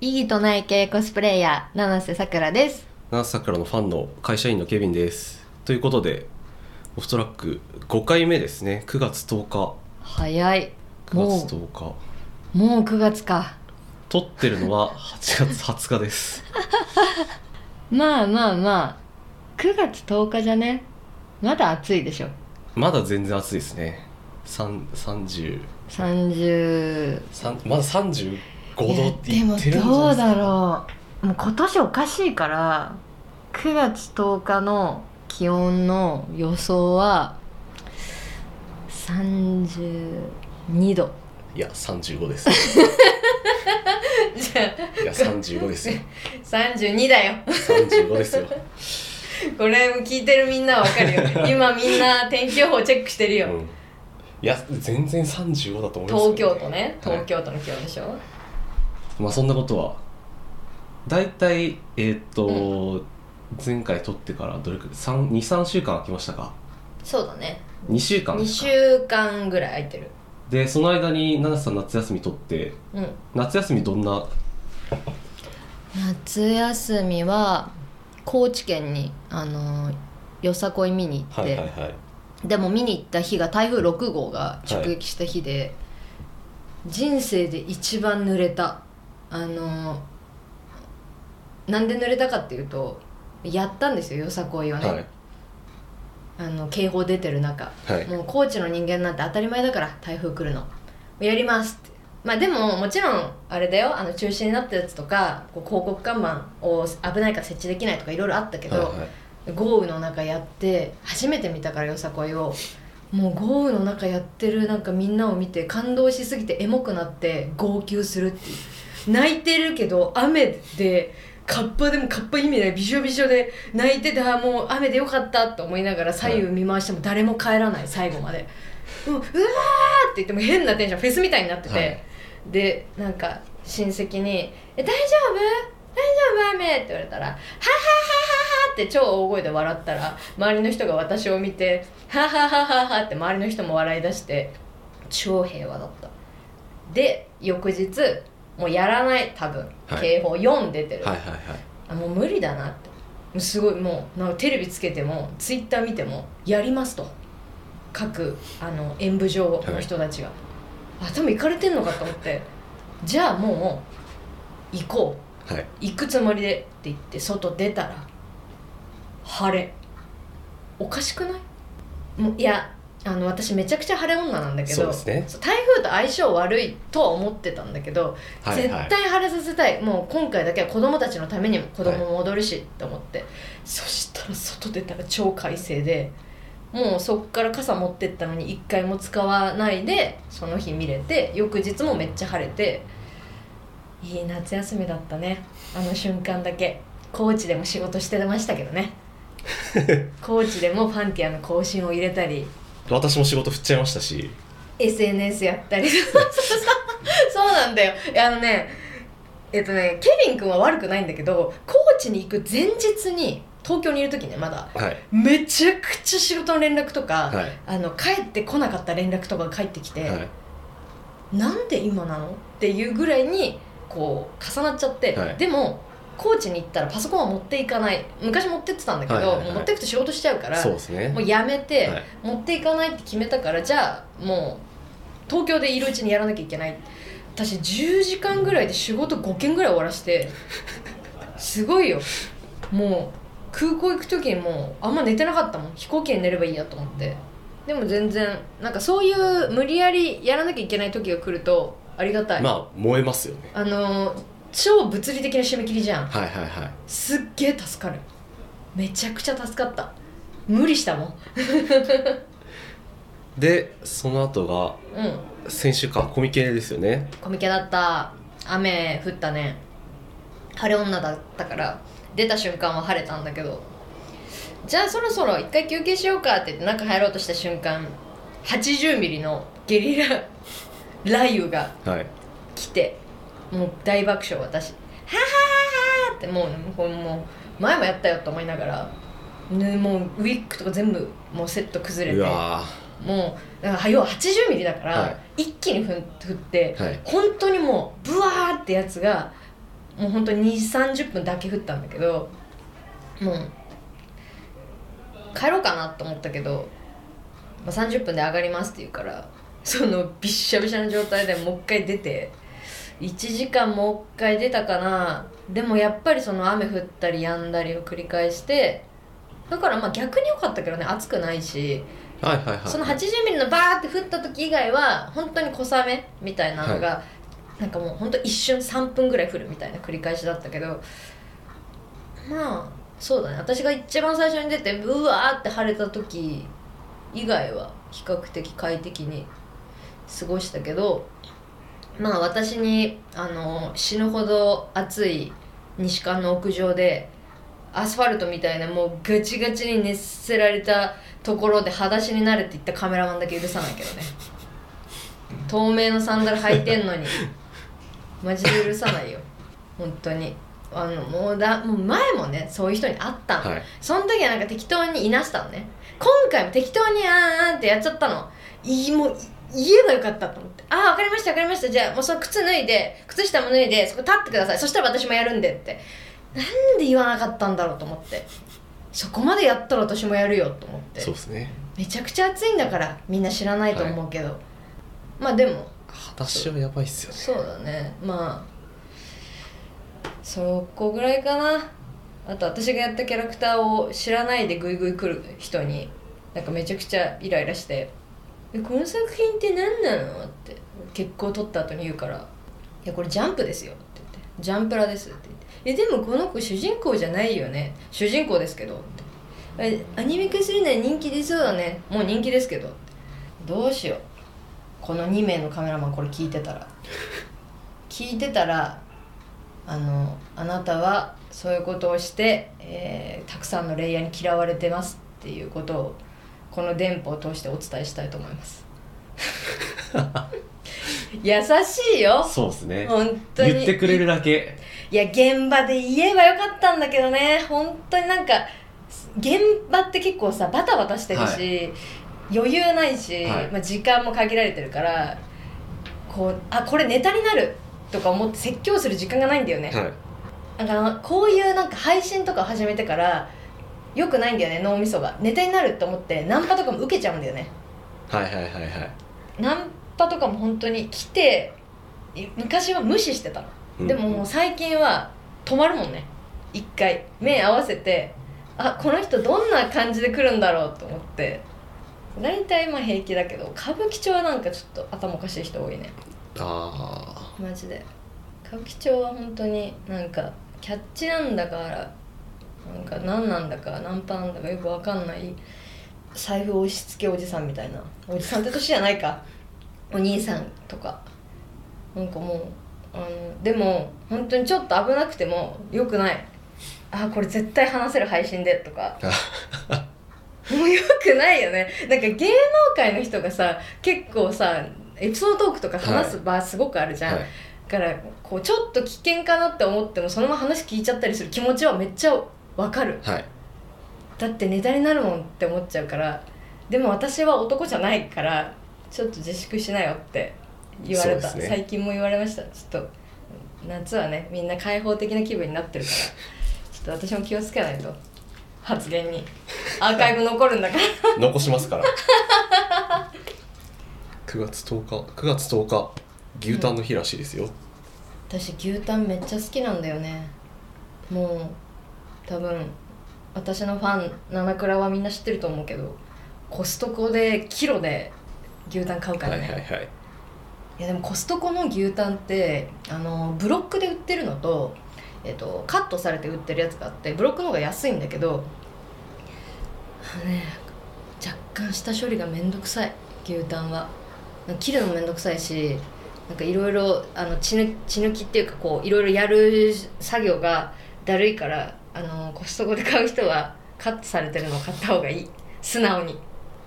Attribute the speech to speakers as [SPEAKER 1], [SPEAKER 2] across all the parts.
[SPEAKER 1] 意義とない系コスプレイヤー七瀬さくらです
[SPEAKER 2] 七瀬さくらのファンの会社員のケビンですということでオフトラック5回目ですね9月10日
[SPEAKER 1] 早い
[SPEAKER 2] 9月10日
[SPEAKER 1] もう9月か
[SPEAKER 2] 撮ってるのは8月20日です
[SPEAKER 1] まあまあまあ9月10日じゃねまだ暑いでしょ
[SPEAKER 2] まだ全然暑いですね3 30
[SPEAKER 1] 30
[SPEAKER 2] 三まだ35度
[SPEAKER 1] いや
[SPEAKER 2] って言ってる
[SPEAKER 1] で
[SPEAKER 2] んじゃないですか
[SPEAKER 1] もどうだろうもう今年おかしいから9月10日の気温の予想は32度
[SPEAKER 2] いや35です
[SPEAKER 1] じゃ
[SPEAKER 2] いや35ですよ
[SPEAKER 1] あ32だよ
[SPEAKER 2] 35ですよ、
[SPEAKER 1] これ聞いてるみんなわかるよ 今みんな天気予報チェックしてる
[SPEAKER 2] う
[SPEAKER 1] よ、
[SPEAKER 2] ん、いや全然35だと思います
[SPEAKER 1] 東
[SPEAKER 2] けど
[SPEAKER 1] 京都ね
[SPEAKER 2] はい
[SPEAKER 1] 東京都の気温でしょ、
[SPEAKER 2] まあそんなことは大体えーっ、と、前回撮ってからどれくらい23週間空きましたか
[SPEAKER 1] そうだね
[SPEAKER 2] 2週間
[SPEAKER 1] 2
[SPEAKER 2] ですか
[SPEAKER 1] 週間ぐらい空いてる
[SPEAKER 2] でその間に七瀬さん夏休み取って
[SPEAKER 1] うん
[SPEAKER 2] 夏休みどんな
[SPEAKER 1] 夏休みは高知県にあのーよさこい見に行って、
[SPEAKER 2] い
[SPEAKER 1] でも見に行った日が台風6号が直撃した日で、人生で一番濡れたあのーなんで濡れたかっていうとやったんですよよさこいをね、
[SPEAKER 2] はい
[SPEAKER 1] あの警報出てる中
[SPEAKER 2] はい
[SPEAKER 1] もう高知の人間なんて当たり前だから台風来るのやりますってまあでももちろんあれだよあの中止になったやつとかこう広告看板を危ないから設置できないとかいろいろあったけど、
[SPEAKER 2] はいはい
[SPEAKER 1] 豪雨の中やって初めて見たからよさこいをもう豪雨の中やってるなんかみんなを見て感動しすぎてエモくなって号泣するっていう泣いてるけど雨でカッパでもカッパ意味ないびしょびしょで泣いててあーもう雨でよかったと思いながら左右見回しても誰も帰らない最後までもううわーって言っても変なテンションフェスみたいになってて、
[SPEAKER 2] はい
[SPEAKER 1] でなんか親戚に「え大丈夫大丈夫雨」って言われたら「ははははは」って超大声で笑ったら周りの人が私を見て「ははははは」って周りの人も笑い出して超平和だったで翌日もうやらない多分、
[SPEAKER 2] はい
[SPEAKER 1] 警報4出てる、
[SPEAKER 2] はいはいはい
[SPEAKER 1] あもう無理だなってもうすごいもうなんかテレビつけてもツイッター見てもやりますと各あの演舞場の人たちが、頭いかれてんのかと思ってじゃあもう行こう
[SPEAKER 2] はい
[SPEAKER 1] 行くつもりでって言って外出たら晴れおかしくないもういやあの私めちゃくちゃ晴れ女なんだけど
[SPEAKER 2] そうですね
[SPEAKER 1] そう台風と相性悪いとは思ってたんだけど
[SPEAKER 2] はい
[SPEAKER 1] 絶
[SPEAKER 2] は
[SPEAKER 1] 対
[SPEAKER 2] い
[SPEAKER 1] 晴れさせたいもう今回だけは子供たちのためにも子供も踊るしと思って、そしたら外出たら超快晴でもうそっから傘持ってったのに一回も使わないでその日見れて翌日もめっちゃ晴れていい夏休みだったねあの瞬間だけ高知でも仕事してましたけど ね高知でもファンティアの更新を入れたり
[SPEAKER 2] 私も仕事振っちゃいましたし
[SPEAKER 1] SNS やったりそうそうそう そうなんだよいやあのねえっとねケビン君は悪くないんだけど高知に行く前日に東京にいる時ねまだ
[SPEAKER 2] はい
[SPEAKER 1] めちゃくちゃ仕事の連絡とか、
[SPEAKER 2] はい
[SPEAKER 1] あの帰ってこなかった連絡とかが返ってきて、
[SPEAKER 2] はい
[SPEAKER 1] なんで今なのっていうぐらいにこう重なっちゃって、
[SPEAKER 2] はい
[SPEAKER 1] でも高知に行ったらパソコンは持っていかない昔持ってってたんだけど、
[SPEAKER 2] はいはいはい
[SPEAKER 1] もう持ってくと仕事しちゃうから
[SPEAKER 2] そうですね
[SPEAKER 1] もうやめて、
[SPEAKER 2] はい
[SPEAKER 1] 持っていかないって決めたからじゃあもう東京でいるうちにやらなきゃいけない私10時間ぐらいで仕事5件ぐらい終わらしてすごいよもう空港行く時にもうあんま寝てなかったもん飛行機に寝ればいいやと思ってでも全然なんかそういう無理やりやらなきゃいけない時が来るとありがたい、
[SPEAKER 2] まあ燃えますよね
[SPEAKER 1] あのー超物理的な締め切りじゃん
[SPEAKER 2] はいはいはい
[SPEAKER 1] すっげえ助かるめちゃくちゃ助かった無理したもん
[SPEAKER 2] でその後が
[SPEAKER 1] うん
[SPEAKER 2] 先週かコミケですよね
[SPEAKER 1] コミケだった雨降ったね晴れ女だったから出た瞬間は晴れたんだけどじゃあそろそろ一回休憩しようかって言って中入ろうとした瞬間80ミリのゲリラ 雷雨が
[SPEAKER 2] はい
[SPEAKER 1] 来てもう大爆笑私「はははは」ってもうこれもう前もやったよと思いながら、ね、もうウィッグとか全部もうセット崩れ
[SPEAKER 2] う
[SPEAKER 1] て
[SPEAKER 2] わ
[SPEAKER 1] もうだから要は80ミリだから、
[SPEAKER 2] は
[SPEAKER 1] 一気にふん降って、
[SPEAKER 2] はい
[SPEAKER 1] 本当にもうブワーってやつがもう本当に2三3 0分だけ降ったんだけどもう帰ろうかなと思ったけど、まあ、30分で上がりますって言うからそのびっしゃびしゃの状態でもう一回出て1時間もう一回出たかなでもやっぱりその雨降ったりやんだりを繰り返してだからまあ逆に良かったけどね暑くないし
[SPEAKER 2] はいはいはい
[SPEAKER 1] その80ミリのバーって降った時以外は本当に小雨みたいなのが、なんかもう本当一瞬3分ぐらい降るみたいな繰り返しだったけどまあそうだね私が一番最初に出てうわーって晴れた時以外は比較的快適に過ごしたけどまあ私にあの死ぬほど暑い西館の屋上でアスファルトみたいなもうガチガチに熱せられたところで裸足になるって言ったカメラマンだけ許さないけどね透明のサンダル履いてんのにマジで許さないよ本当にあのもうだもう前もねそういう人に会ったの、
[SPEAKER 2] はい
[SPEAKER 1] その時はなんか適当にいなしたのね今回も適当にあーあーってやっちゃったのいいもうい言えばよかったと思ってああ分かりました分かりましたじゃあもうその靴脱いで靴下も脱いでそこ立ってくださいそしたら私もやるんでってなんで言わなかったんだろうと思ってそこまでやったら私もやるよと思って
[SPEAKER 2] そうですね
[SPEAKER 1] めちゃくちゃ暑いんだからみんな知らないと思うけど、まあでも
[SPEAKER 2] 裸足はやばいっすよ
[SPEAKER 1] そ
[SPEAKER 2] ね
[SPEAKER 1] うだねまあそこぐらいかなあと私がやったキャラクターを知らないでグイグイ来る人になんかめちゃくちゃイライラして「えこの作品って何なの?」って結構撮った後に言うから「いやこれジャンプですよ」って言って「ジャンプラです」って言って「えでもこの子主人公じゃないよね主人公ですけど」ってえ「アニメ化するなら人気出そうだねもう人気ですけど」どうしようこの2名のカメラマンこれ聞いてた ら聞いてたらあのあなたはそういうことをして、えーたくさんのレイヤーに嫌われてますっていうことをこの電波を通してお伝えしたいと思います 優しいよ
[SPEAKER 2] そうですね
[SPEAKER 1] 本当に
[SPEAKER 2] 言ってくれるだけ
[SPEAKER 1] いや現場で言えばよかったんだけどね本当になんか現場って結構さバタバタしてるし、
[SPEAKER 2] は
[SPEAKER 1] 余裕ないし、
[SPEAKER 2] はい
[SPEAKER 1] まあ、時間も限られてるからこうあこれネタになるとか思って説教する時間がないんだよね、
[SPEAKER 2] はい
[SPEAKER 1] なんかあのこういうなんか配信とかを始めてからよくないんだよね脳みそがネタになると思ってナンパとかも受けちゃうんだよね
[SPEAKER 2] はいはいはいはい
[SPEAKER 1] ナンパとかも本当に来てい昔は無視してたの
[SPEAKER 2] うん
[SPEAKER 1] でももう最近は止まるもんね一回目合わせてあこの人どんな感じで来るんだろうと思って大体まあ平気だけど歌舞伎町はなんかちょっと頭おかしい人多いね
[SPEAKER 2] あ
[SPEAKER 1] マジで歌舞伎町は本当になんかキャッチなんだからなんか何なんだかナンパなんだかよくわかんない財布押し付けおじさんみたいなおじさんって年じゃないかお兄さんとかなんかもうあのでも本当にちょっと危なくてもよくないあこれ絶対話せる配信でとか
[SPEAKER 2] あ
[SPEAKER 1] もうよくないよねなんか芸能界の人がさ結構さエピソードトークとか話す場すごくあるじゃん、
[SPEAKER 2] はい
[SPEAKER 1] だからこうちょっと危険かなって思ってもそのまま話聞いちゃったりする気持ちはめっちゃわかる
[SPEAKER 2] はい
[SPEAKER 1] だってネタになるもんって思っちゃうからでも私は男じゃないからちょっと自粛しなよって言われた、
[SPEAKER 2] そうですね
[SPEAKER 1] 最近も言われましたちょっと夏はねみんな開放的な気分になってるからちょっと私も気をつけないと発言にアーカイブ残るんだから
[SPEAKER 2] 残しますから9月10日9月10日牛タンの日らしいですよ、
[SPEAKER 1] 私牛タンめっちゃ好きなんだよねもう多分私のファン七倉はみんな知ってると思うけどコストコでキロで牛タン買うから
[SPEAKER 2] は
[SPEAKER 1] ね、
[SPEAKER 2] いはい
[SPEAKER 1] い
[SPEAKER 2] はいはい
[SPEAKER 1] やでもコストコの牛タンってあのブロックで売ってるのと、えっと、カットされて売ってるやつがあってブロックの方が安いんだけどあのね若干下処理がめんどくさい牛タンは切るのめんどくさいしなんかいろいろあの血抜血抜きっていうかこういろいろやる作業がだるいからあのコストコで買う人はカットされてるのを買った方がいい素直に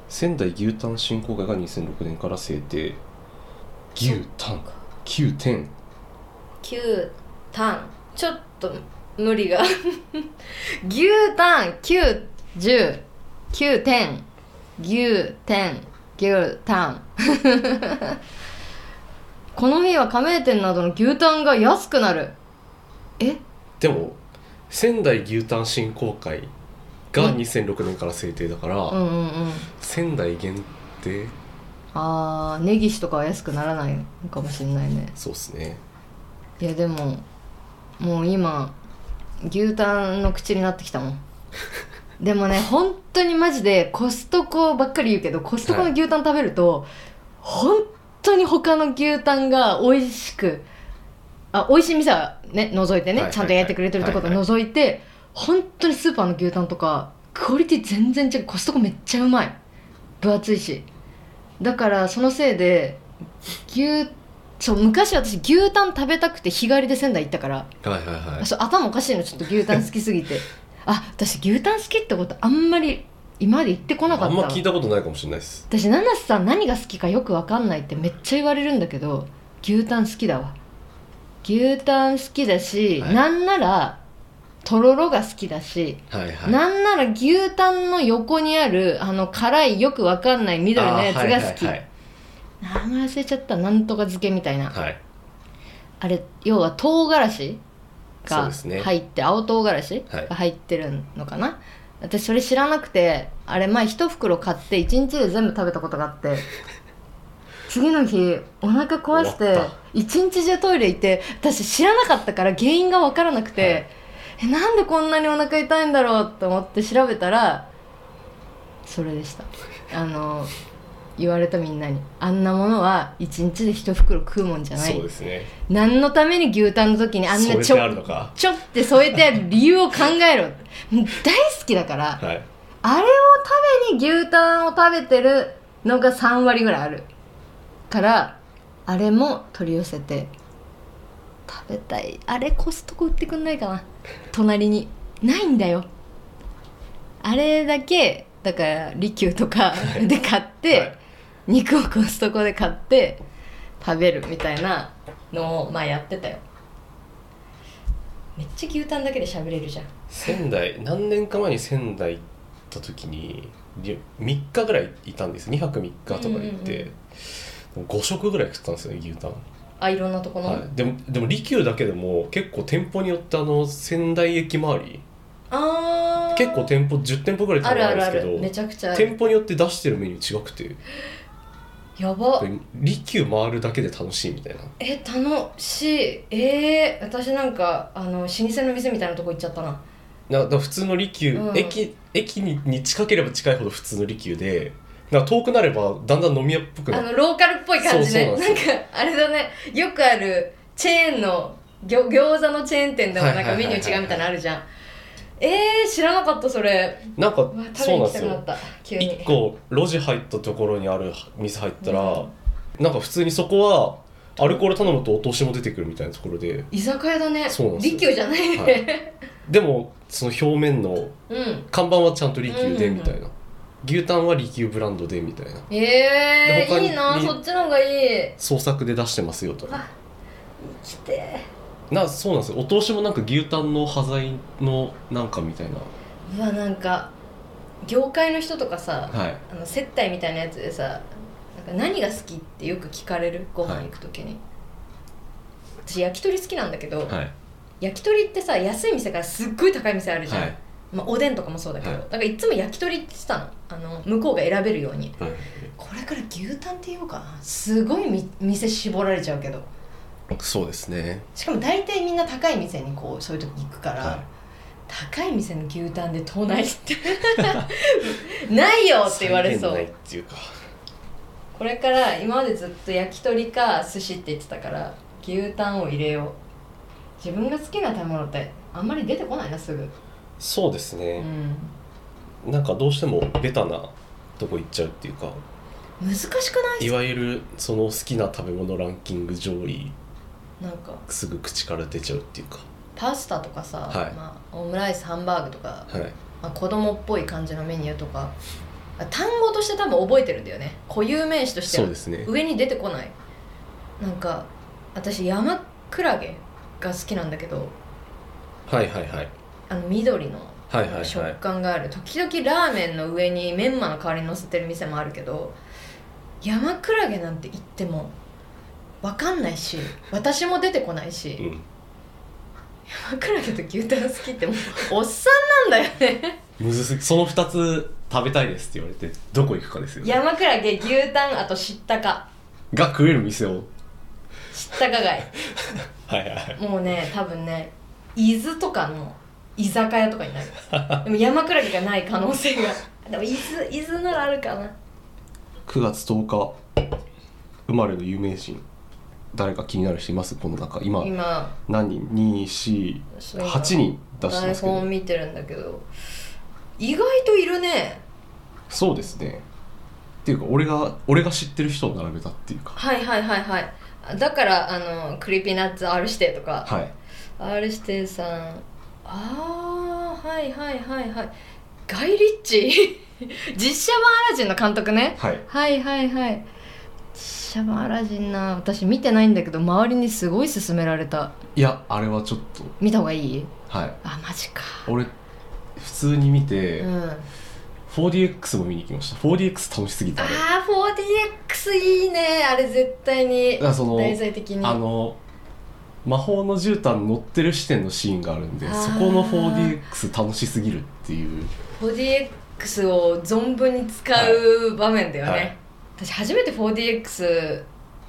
[SPEAKER 2] 仙台牛タン振興会が2006年から制定牛タン9点
[SPEAKER 1] 9タンちょっと無理が 牛タン9 1 9点牛点牛タ ンこの日は加盟店などの牛タンが安くなるえ
[SPEAKER 2] でも仙台牛タン振興会が2006年から制定だから、
[SPEAKER 1] うんうんうん
[SPEAKER 2] 仙台限定
[SPEAKER 1] あー根岸とかは安くならないのかもしれないね
[SPEAKER 2] そうっすね
[SPEAKER 1] いやでももう今牛タンの口になってきたもんでもね本当にマジでコストコばっかり言うけどコストコの牛タン食べると、本当に他の牛タンが美味しくあ美味しい店はね除いてね、
[SPEAKER 2] はいはいはい
[SPEAKER 1] ちゃんと焼いてくれてるところ
[SPEAKER 2] はいは
[SPEAKER 1] 除いて、本当にスーパーの牛タンとかクオリティ全然違うコストコめっちゃうまい分厚いしだからそのせいで牛そう昔私牛タン食べたくて日帰りで仙台行ったから、
[SPEAKER 2] はいはいはい
[SPEAKER 1] そう頭おかしいのちょっと牛タン好きすぎ てあ私牛タン好きってことあんまり今まで言ってこなか
[SPEAKER 2] あ
[SPEAKER 1] った
[SPEAKER 2] ん
[SPEAKER 1] わ
[SPEAKER 2] ま聞いたことないかもしれないです
[SPEAKER 1] 私七瀬さん何が好きかよく分かんないってめっちゃ言われるんだけど牛タン好きだわ牛タン好きだし、
[SPEAKER 2] はい
[SPEAKER 1] なんならとろろが好きだし、
[SPEAKER 2] はいはい
[SPEAKER 1] なんなら牛タンの横にあるあの辛いよく分かんない緑のやつが好き、
[SPEAKER 2] あーはい
[SPEAKER 1] 名前忘れちゃったなんとか漬けみたいな、
[SPEAKER 2] はいはい、はい
[SPEAKER 1] あれ要は唐辛子
[SPEAKER 2] そう
[SPEAKER 1] が
[SPEAKER 2] ですね
[SPEAKER 1] 入って、青唐辛子
[SPEAKER 2] はい
[SPEAKER 1] が入ってるのかな、私それ知らなくてあれ前一袋買って一日で全部食べたことがあって 次の日お腹壊し
[SPEAKER 2] 終
[SPEAKER 1] て
[SPEAKER 2] わった
[SPEAKER 1] 一日中トイレ行って私知らなかったから原因が分からなくて、えなんでこんなにお腹痛いんだろうと思って調べたらそれでしたあの言われたみんなにあんなものは一日で一袋食うもんじゃない
[SPEAKER 2] そうですね
[SPEAKER 1] 何のために牛タンの時にあんなち
[SPEAKER 2] それである
[SPEAKER 1] ょ
[SPEAKER 2] のか
[SPEAKER 1] ちょって添えてある理由を考えろ大好きだ から
[SPEAKER 2] はい
[SPEAKER 1] あれを食べに牛タンを食べてるのが3割ぐらいあるからあれも取り寄せて食べたいあれコストコ売ってくんないかな隣にないんだよあれだけだから利休とか で買って、
[SPEAKER 2] はい
[SPEAKER 1] 肉をコストコで買って食べるみたいなのをまあやってたよめっちゃ牛タンだけで喋れるじゃん
[SPEAKER 2] 仙台何年か前に仙台行った時に3日ぐらいいたんです2泊3日とか行って、5食ぐらい食ったんですよね牛タン、
[SPEAKER 1] あいろんなとこの、
[SPEAKER 2] はい、でもでも利休だけでも結構店舗によってあの仙台駅周り
[SPEAKER 1] あー
[SPEAKER 2] 結構店舗10店舗ぐらい
[SPEAKER 1] あるあ
[SPEAKER 2] ん
[SPEAKER 1] る
[SPEAKER 2] で
[SPEAKER 1] あ
[SPEAKER 2] すけ
[SPEAKER 1] るめ
[SPEAKER 2] ど
[SPEAKER 1] ちゃくちゃある
[SPEAKER 2] 店舗によって出してるメニュー違くて
[SPEAKER 1] やば
[SPEAKER 2] 利休回るだけで楽しいみたいな
[SPEAKER 1] え楽しいえー、私なんかあの老舗の店みたいなとこ行っちゃったな
[SPEAKER 2] なだから普通の利休、
[SPEAKER 1] うん
[SPEAKER 2] 駅駅にに近ければ近いほど普通の利休でなんか遠くなればだんだん飲み屋っぽくな
[SPEAKER 1] あ
[SPEAKER 2] って
[SPEAKER 1] のローカルっぽい感じね
[SPEAKER 2] そ
[SPEAKER 1] な
[SPEAKER 2] うんそう
[SPEAKER 1] か
[SPEAKER 2] なんです
[SPEAKER 1] あれだねよくあるチェーンのぎょ餃子のチェーン店でもなんかメニュー違うみたいなのあるじゃんえー、知らなかったそれ
[SPEAKER 2] なんか
[SPEAKER 1] うわ食
[SPEAKER 2] そ
[SPEAKER 1] べ
[SPEAKER 2] う
[SPEAKER 1] に
[SPEAKER 2] な
[SPEAKER 1] 行きた
[SPEAKER 2] んです
[SPEAKER 1] くな
[SPEAKER 2] よ
[SPEAKER 1] った急に
[SPEAKER 2] 1個路地入ったところにある店入ったら、
[SPEAKER 1] うん
[SPEAKER 2] なんか普通にそこはアルコール頼むとお通しも出てくるみたいなところで
[SPEAKER 1] 居酒屋だね
[SPEAKER 2] そうなんですよ
[SPEAKER 1] 利休じゃないね、
[SPEAKER 2] でもその表面の
[SPEAKER 1] うん
[SPEAKER 2] 看板はちゃんと利休で
[SPEAKER 1] うんうんうん
[SPEAKER 2] みたいな、牛タンは利休ブランドでみたいな
[SPEAKER 1] え
[SPEAKER 2] で
[SPEAKER 1] ー、
[SPEAKER 2] 他に
[SPEAKER 1] いいな
[SPEAKER 2] に
[SPEAKER 1] そっちの方がいい
[SPEAKER 2] 創作で出してますよとか
[SPEAKER 1] あ来て
[SPEAKER 2] なそうなんですよお通しもなんか牛タンの端材のなんかみたいな
[SPEAKER 1] うわなんか業界の人とかさ
[SPEAKER 2] はい
[SPEAKER 1] あの接待みたいなやつでさなんか何が好きってよく聞かれるご飯行く時に、私焼き鳥好きなんだけど、
[SPEAKER 2] はい
[SPEAKER 1] 焼き鳥ってさ安い店からすっごい高い店あるじゃん、
[SPEAKER 2] はい
[SPEAKER 1] まあ、おでんとかもそうだけど、
[SPEAKER 2] はい
[SPEAKER 1] だからいつも焼き鳥って言ってたのあの向こうが選べるように
[SPEAKER 2] はい
[SPEAKER 1] これから牛タンって言おうかなすごいみ店絞られちゃうけど
[SPEAKER 2] そうですね
[SPEAKER 1] しかも大体みんな高い店にこうそういう時行くから、
[SPEAKER 2] は
[SPEAKER 1] 高い店の牛タンで都内って ないよって言われそ
[SPEAKER 2] 再現
[SPEAKER 1] う
[SPEAKER 2] ないっていうか
[SPEAKER 1] これから今までずっと焼き鳥か寿司って言ってたから牛タンを入れよう自分が好きな食べ物ってあんまり出てこないなすぐ
[SPEAKER 2] そうです
[SPEAKER 1] う
[SPEAKER 2] ね、
[SPEAKER 1] ん
[SPEAKER 2] なんかどうしてもベタなとこ行っちゃうっていうか
[SPEAKER 1] 難しくない
[SPEAKER 2] いわゆるその好きな食べ物ランキング上位
[SPEAKER 1] なんか
[SPEAKER 2] すぐ口から出ちゃうっていうか
[SPEAKER 1] パスタとかさ、
[SPEAKER 2] はい
[SPEAKER 1] まあ、オムライスハンバーグとか、
[SPEAKER 2] はい
[SPEAKER 1] まあ、子供っぽい感じのメニューとかあ単語として多分覚えてるんだよね固有名詞として
[SPEAKER 2] そう
[SPEAKER 1] は
[SPEAKER 2] ですね
[SPEAKER 1] 上に出てこないなんか私山クラゲが好きなんだけど
[SPEAKER 2] はいはいはい
[SPEAKER 1] あの緑の
[SPEAKER 2] はいはい
[SPEAKER 1] 食
[SPEAKER 2] はい
[SPEAKER 1] 感がある、時々ラーメンの上にメンマの代わりに乗せてる店もあるけど山クラゲなんて言っても分かんないし私も出てこないし、
[SPEAKER 2] うん
[SPEAKER 1] 枕毛と牛タン好きってもうおっさんなんだよね
[SPEAKER 2] むずすぎその2つ食べたいですって言われてどこ行くかですよね
[SPEAKER 1] 山倉家牛タンあと知ったか
[SPEAKER 2] が食える店を
[SPEAKER 1] 知ったかがい
[SPEAKER 2] はいはい
[SPEAKER 1] もうね多分ね伊豆とかの居酒屋とかになるでも山倉家がない可能性がでも伊豆伊豆ならあるかな
[SPEAKER 2] 9月10日生まれの有名人誰か気になる人いますこの中今
[SPEAKER 1] 今
[SPEAKER 2] 何
[SPEAKER 1] そういうの台
[SPEAKER 2] 人248人出してますけど
[SPEAKER 1] 本見てるんだけど意外といるね
[SPEAKER 2] そうですねっていうか俺が俺が知ってる人を並べたっていうか
[SPEAKER 1] はいはいはいはいあだからあのクリーピーナッツ R 指定とか
[SPEAKER 2] はい
[SPEAKER 1] R 指定さんあーはいはいはいはいガイ・リッチ 実写版アラジンの監督ね
[SPEAKER 2] はい
[SPEAKER 1] はいはいはい実写版アラジンな私見てないんだけど周りにすごい勧められた
[SPEAKER 2] いやあれはちょっと
[SPEAKER 1] 見た方がいい
[SPEAKER 2] はい
[SPEAKER 1] あマジか
[SPEAKER 2] 俺普通に見て、
[SPEAKER 1] うん
[SPEAKER 2] 4DX も見に行きました 4DX 楽しすぎたあれ
[SPEAKER 1] あー 4DX いいねあれ絶対に
[SPEAKER 2] だからその
[SPEAKER 1] 題材的に
[SPEAKER 2] あの魔法の絨毯乗ってる視点のシーンがあるんで
[SPEAKER 1] あー
[SPEAKER 2] そこの 4DX 楽しすぎるっていう
[SPEAKER 1] 4DX を存分に使う場面だよね、
[SPEAKER 2] はい
[SPEAKER 1] 私初めて 4DX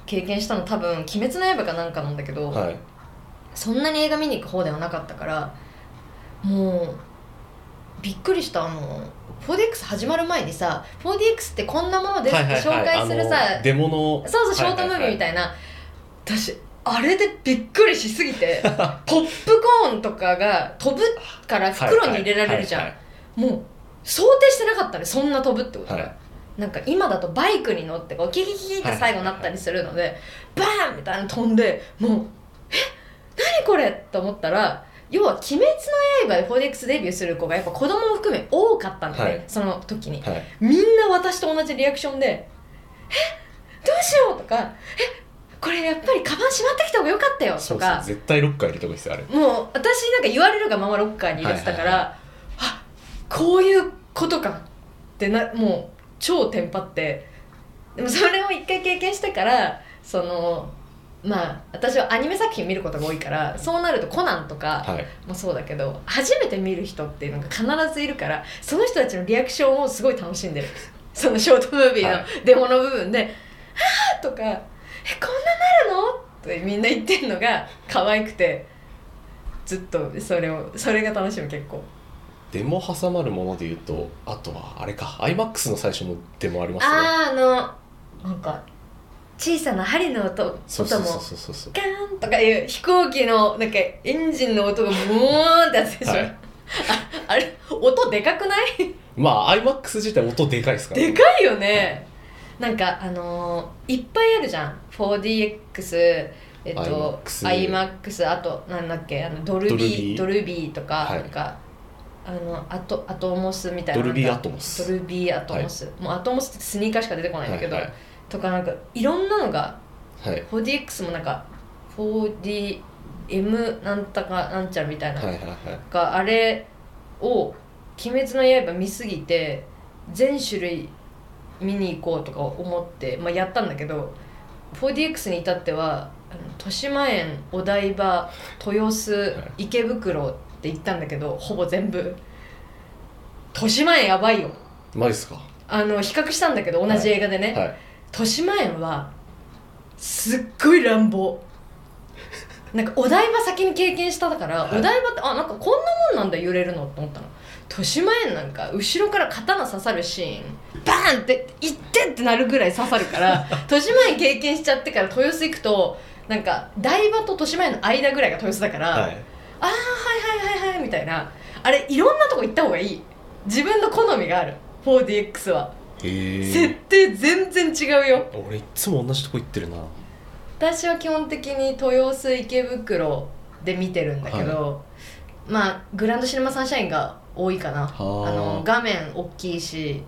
[SPEAKER 1] 経験したの多分「鬼滅の刃」かなんかなんだけど、
[SPEAKER 2] はい
[SPEAKER 1] そんなに映画見に行く方ではなかったからもうびっくりしたあの 4DX 始まる前にさ 4DX ってこんなものですって紹介するさ、
[SPEAKER 2] あのデモの
[SPEAKER 1] そうそうショートムービーみ
[SPEAKER 2] い
[SPEAKER 1] たいな、私あれでびっくりしすぎ てポップコーンとかが飛ぶから袋に入れられるじゃん、
[SPEAKER 2] はい
[SPEAKER 1] もう想定してなかったねそんな飛ぶってこと
[SPEAKER 2] はい
[SPEAKER 1] が、
[SPEAKER 2] はいはい
[SPEAKER 1] なんか今だとバイクに乗ってこうキキキキって最後なったりするので、バーンみたいなの飛んでもう「え何これ?」と思ったら要は「鬼滅の刃」で 4DX デビューする子がやっぱ子供も含め多かったんだよね、
[SPEAKER 2] はい
[SPEAKER 1] その時に
[SPEAKER 2] はい
[SPEAKER 1] みんな私と同じリアクションで「えどうしよう」とか「えこれやっぱりカバンしまってきた方が良かったよ」
[SPEAKER 2] そ
[SPEAKER 1] と
[SPEAKER 2] うそう
[SPEAKER 1] か
[SPEAKER 2] 絶対ロッカー入れた方がいいですよあれ
[SPEAKER 1] もう私なんか言われるがままロッカーに入れてたから、
[SPEAKER 2] はいは
[SPEAKER 1] あこういうことかってなもう超テンパってでもそれを一回経験してからそのまあ私はアニメ作品見ることが多いからそうなると「コナン」とか、
[SPEAKER 2] はい
[SPEAKER 1] もそうだけど初めて見る人っていうのが必ずいるからその人たちのリアクションをすごい楽しんでるそのショートムービー
[SPEAKER 2] はい
[SPEAKER 1] のデモの部分で「はあ!」とか「えこんななるの?」ってみんな言ってるのが可愛くてずっとそれをそれが楽しみ結構
[SPEAKER 2] デモ挟まるもので言うとあとはあれか iMAX の最初のデモありますね
[SPEAKER 1] あああのなんか小さな針の音
[SPEAKER 2] そう
[SPEAKER 1] 音
[SPEAKER 2] そう
[SPEAKER 1] も
[SPEAKER 2] そうそうそうそう
[SPEAKER 1] ガーンとかいう飛行機のなんかエンジンの音がブーンってやつでしょ、
[SPEAKER 2] はい
[SPEAKER 1] ああれ音でかくない
[SPEAKER 2] まあ iMAX 自体音でかいですからね
[SPEAKER 1] でかいよね、なんかあのーいっぱいあるじゃん 4DX えっと
[SPEAKER 2] IMAX
[SPEAKER 1] IMAX あとなんだっけあのドル
[SPEAKER 2] ドル
[SPEAKER 1] ビ
[SPEAKER 2] ビ
[SPEAKER 1] ー
[SPEAKER 2] ー
[SPEAKER 1] ドルビーとか、
[SPEAKER 2] はい
[SPEAKER 1] なんかあのアトアトモスみたいな
[SPEAKER 2] ドルビー
[SPEAKER 1] な
[SPEAKER 2] ア
[SPEAKER 1] んか
[SPEAKER 2] トモス
[SPEAKER 1] ドルビーアトモス、もうアトモスってスニーカーしか出てこないんだけど、
[SPEAKER 2] はいはい
[SPEAKER 1] とかなんかいろんなのが
[SPEAKER 2] はい、
[SPEAKER 1] 4DX もなんか 4DM なんたかなんちゃらみたいな、
[SPEAKER 2] はいはいはい
[SPEAKER 1] があれを「鬼滅の刃」見すぎて全種類見に行こうとか思って、まあ、やったんだけど 4DX に至ってはあの豊島園お台場豊洲
[SPEAKER 2] い
[SPEAKER 1] 池袋って行ったんだけどほぼ全部豊島園やばいよ
[SPEAKER 2] マジっすかは
[SPEAKER 1] あの比較したんだけど同じ映画でね、
[SPEAKER 2] いはい
[SPEAKER 1] 豊島園はすっごい乱暴なんかお台場先に経験しただから、
[SPEAKER 2] はい
[SPEAKER 1] お台場ってあなんかこんなもんなんだ揺れるのと思ったの豊島園なんか後ろから刀刺さるシーンバーンって「いって!」ってなるぐらい刺さるから 豊島園経験しちゃってから豊洲行くとなんか台場と豊島園の間ぐらいが豊洲だから、あーはいはいはいはいみたいなあれいろんなとこ行った方がいい自分の好みがある 4DX は、
[SPEAKER 2] へ
[SPEAKER 1] 設
[SPEAKER 2] え
[SPEAKER 1] 定全然違うよ
[SPEAKER 2] 俺いつも同じとこ行ってるな
[SPEAKER 1] 私は基本的に豊洲池袋で見てるんだけど、まあグランドシネマサンシャインが多いかなあ
[SPEAKER 2] ー
[SPEAKER 1] の画面大きいし